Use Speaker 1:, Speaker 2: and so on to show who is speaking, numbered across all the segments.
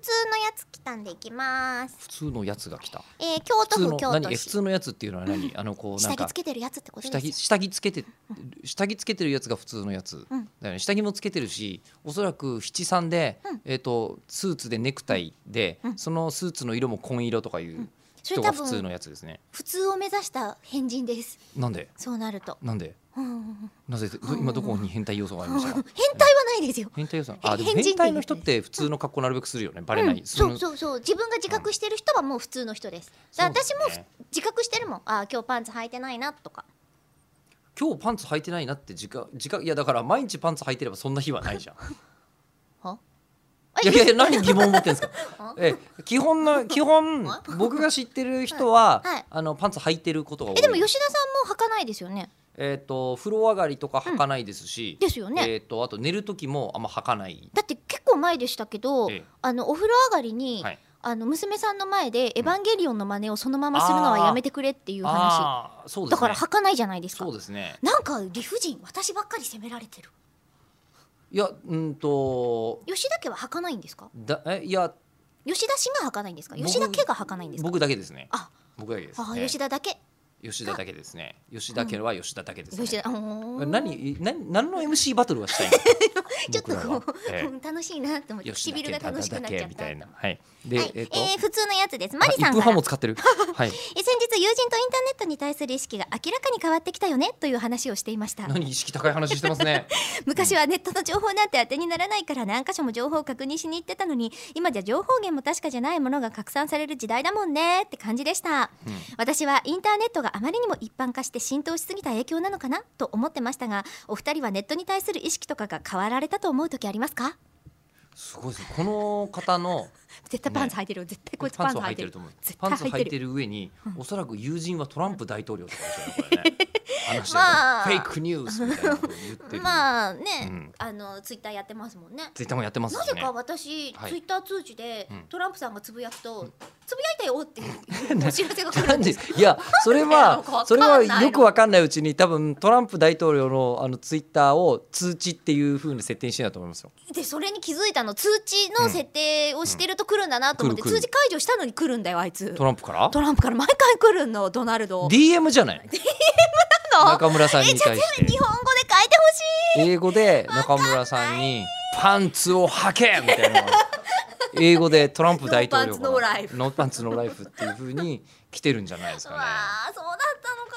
Speaker 1: 通のやつ来たんでいきます
Speaker 2: 普通のやつが来た
Speaker 1: えー、京
Speaker 2: 普
Speaker 1: 都
Speaker 2: 通
Speaker 1: 府
Speaker 2: の
Speaker 1: 京
Speaker 2: 何
Speaker 1: 都
Speaker 2: え普
Speaker 1: 市
Speaker 2: 通のやつっていうのは何あのこうな
Speaker 1: 下
Speaker 2: ん
Speaker 1: 着
Speaker 2: か
Speaker 1: つけてるやつってこと
Speaker 2: 下
Speaker 1: ですよ
Speaker 2: 着下着つけて下着つけてるやつが普通のやつ、
Speaker 1: うん
Speaker 2: だよね下着もつけてるしおそらく七三で、
Speaker 1: うん
Speaker 2: えっ、とスーツでネクタイで、
Speaker 1: うん
Speaker 2: そのスーツの色も紺色とかいう
Speaker 1: そ
Speaker 2: 人
Speaker 1: れ
Speaker 2: が
Speaker 1: 多
Speaker 2: 普通の
Speaker 1: 分
Speaker 2: やつですね。
Speaker 1: 普通を目指した変人です
Speaker 2: なんで
Speaker 1: そうなると、
Speaker 2: なんで
Speaker 1: うんうんうん
Speaker 2: なぜど今どこに変態要素がありまし
Speaker 1: 変
Speaker 2: た
Speaker 1: 態
Speaker 2: か
Speaker 1: は。ないですよ
Speaker 2: 変態要素あでも
Speaker 1: 変人って
Speaker 2: 変態の人って普通の格好なるべくするよねバレない、
Speaker 1: うん、
Speaker 2: そ
Speaker 1: そ
Speaker 2: の
Speaker 1: うそうそう自分が自覚してる人はもう普通の人です、だから私も
Speaker 2: そうだね
Speaker 1: 自覚してるもんあー今日パンツ履いてないなとか
Speaker 2: 今日パンツ履いてないなって自覚自覚いやだから毎日パンツ履いてればそんな日はないじ ゃんいやいやいや何疑問持ってんですかえ基 本の基本
Speaker 1: あ
Speaker 2: 僕が知ってる人は、
Speaker 1: はいはい
Speaker 2: あのパンツ履いてることが多い
Speaker 1: えでも吉田さんも履かないですよね
Speaker 2: えっ、と風呂上がりとか履かないですし、
Speaker 1: ですよね
Speaker 2: えっ、とあと寝る時もあんま履かない
Speaker 1: だって結構前でしたけど、
Speaker 2: ええ
Speaker 1: あのお風呂上がりに、
Speaker 2: はい
Speaker 1: あの娘さんの前で「エヴァンゲリオン」の真似をそのままするのはやめてくれっていう話、
Speaker 2: ああそうです
Speaker 1: だ
Speaker 2: ね
Speaker 1: から履かないじゃないですか
Speaker 2: そうですね
Speaker 1: なんか理不尽私ばっかり責められてる
Speaker 2: いやうんと
Speaker 1: 吉田家は履かないんですか
Speaker 2: だえいや
Speaker 1: 吉田氏が履かないんですか
Speaker 2: 僕
Speaker 1: 吉田家が履かないんですか
Speaker 2: 僕だけですね
Speaker 1: あ
Speaker 2: 僕だけです、
Speaker 1: あー、
Speaker 2: ね、
Speaker 1: 吉田だけ
Speaker 2: 吉田だけですね吉田家は吉田だけですね、
Speaker 1: 吉田あー
Speaker 2: 何何何の MC バトルはしたいの
Speaker 1: ちょっと
Speaker 2: 僕らは
Speaker 1: こう、
Speaker 2: え
Speaker 1: うん楽しいなと思っ
Speaker 2: え
Speaker 1: て 唇が
Speaker 2: 吉田家
Speaker 1: 楽しくなっ
Speaker 2: だ
Speaker 1: ち
Speaker 2: け
Speaker 1: ゃっ
Speaker 2: み
Speaker 1: た。
Speaker 2: た
Speaker 1: はいい
Speaker 2: なはいで、
Speaker 1: え
Speaker 2: え
Speaker 1: ー
Speaker 2: っ、と、
Speaker 1: 普通のやつです。マリ
Speaker 2: あ
Speaker 1: さ
Speaker 2: 一
Speaker 1: んか
Speaker 2: 分
Speaker 1: ら
Speaker 2: 半も使っ てるはい
Speaker 1: え先日友人とインターネットに対する意識が明らかに変わってきたよねという話をしていました
Speaker 2: 何意識高い話してま すね
Speaker 1: 昔はネットの情報なんて当てにならないから何箇所も情報を確認しに行ってたのに今じゃ情報源も確かじゃないものが拡散される時代だもんねって感じでした、
Speaker 2: うん
Speaker 1: 私はインターネットがあまりにも一般化して浸透しすぎた影響なのかなと思ってましたがお二人はネットに対する意識とかが変わられたと思う時ありますか
Speaker 2: すごいですねこの方の
Speaker 1: 絶対パンツ履いてるよ、絶 対こいつ
Speaker 2: パ
Speaker 1: パン
Speaker 2: ンツ
Speaker 1: ツ
Speaker 2: を
Speaker 1: 履い
Speaker 2: 履
Speaker 1: て
Speaker 2: いて
Speaker 1: る
Speaker 2: ると思う
Speaker 1: 絶
Speaker 2: パ
Speaker 1: 対
Speaker 2: ンツ
Speaker 1: 履い
Speaker 2: 履
Speaker 1: て
Speaker 2: いて
Speaker 1: る
Speaker 2: る上に、おそらく友人はトランプ大統領とかでしょうねこ れねあの人
Speaker 1: まあ
Speaker 2: フェイクニュースみたいなことを言って る、
Speaker 1: まあね、
Speaker 2: うん
Speaker 1: あのツイッターやってますもんね
Speaker 2: ツイッターもやってますし
Speaker 1: なぜ
Speaker 2: ね
Speaker 1: か私、
Speaker 2: はい
Speaker 1: ツイッター通知で、
Speaker 2: うん
Speaker 1: トランプさんがつぶやくと、つぶやいたよっていうお知らせが来
Speaker 2: な
Speaker 1: る
Speaker 2: ん
Speaker 1: んで
Speaker 2: ですいやそれ
Speaker 1: なんでなの
Speaker 2: は
Speaker 1: か
Speaker 2: それ
Speaker 1: わか
Speaker 2: は
Speaker 1: ん ないの
Speaker 2: よくわかんないうちに多分トランプ大統領のあのツイッターを通知っていう風に設定にしてんだと思いますよ。
Speaker 1: でそれに気づいたの通知の設定をしてると来るんだなと思って、
Speaker 2: うん来る来る
Speaker 1: 通知解除したのに来るんだよあいつ
Speaker 2: トランプから
Speaker 1: トランプから毎回来るのドナルド
Speaker 2: DM じゃない
Speaker 1: なの
Speaker 2: 中村さんに対して
Speaker 1: 日本語で書いてほしい
Speaker 2: 英語で中村さんに「パンツを履け!」みたいな英語でトランプ大統領
Speaker 1: ノーパンツ
Speaker 2: ノーパンツノーライフ」っていう風に来てるんじゃないです
Speaker 1: う
Speaker 2: か
Speaker 1: わ
Speaker 2: ね。
Speaker 1: ーそうだったのか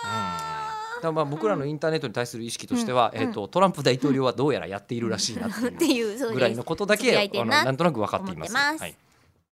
Speaker 2: だからまあ僕らのインターネットに対する意識としては、えっとトランプ大統領はどうやらやっているらしいなって
Speaker 1: ーっ
Speaker 2: い
Speaker 1: ていうそうう
Speaker 2: ぐらいのことだ
Speaker 1: つぶ
Speaker 2: け
Speaker 1: や
Speaker 2: あ
Speaker 1: いて
Speaker 2: の
Speaker 1: んな
Speaker 2: なんとなく分かっています。
Speaker 1: 思ってます
Speaker 2: はい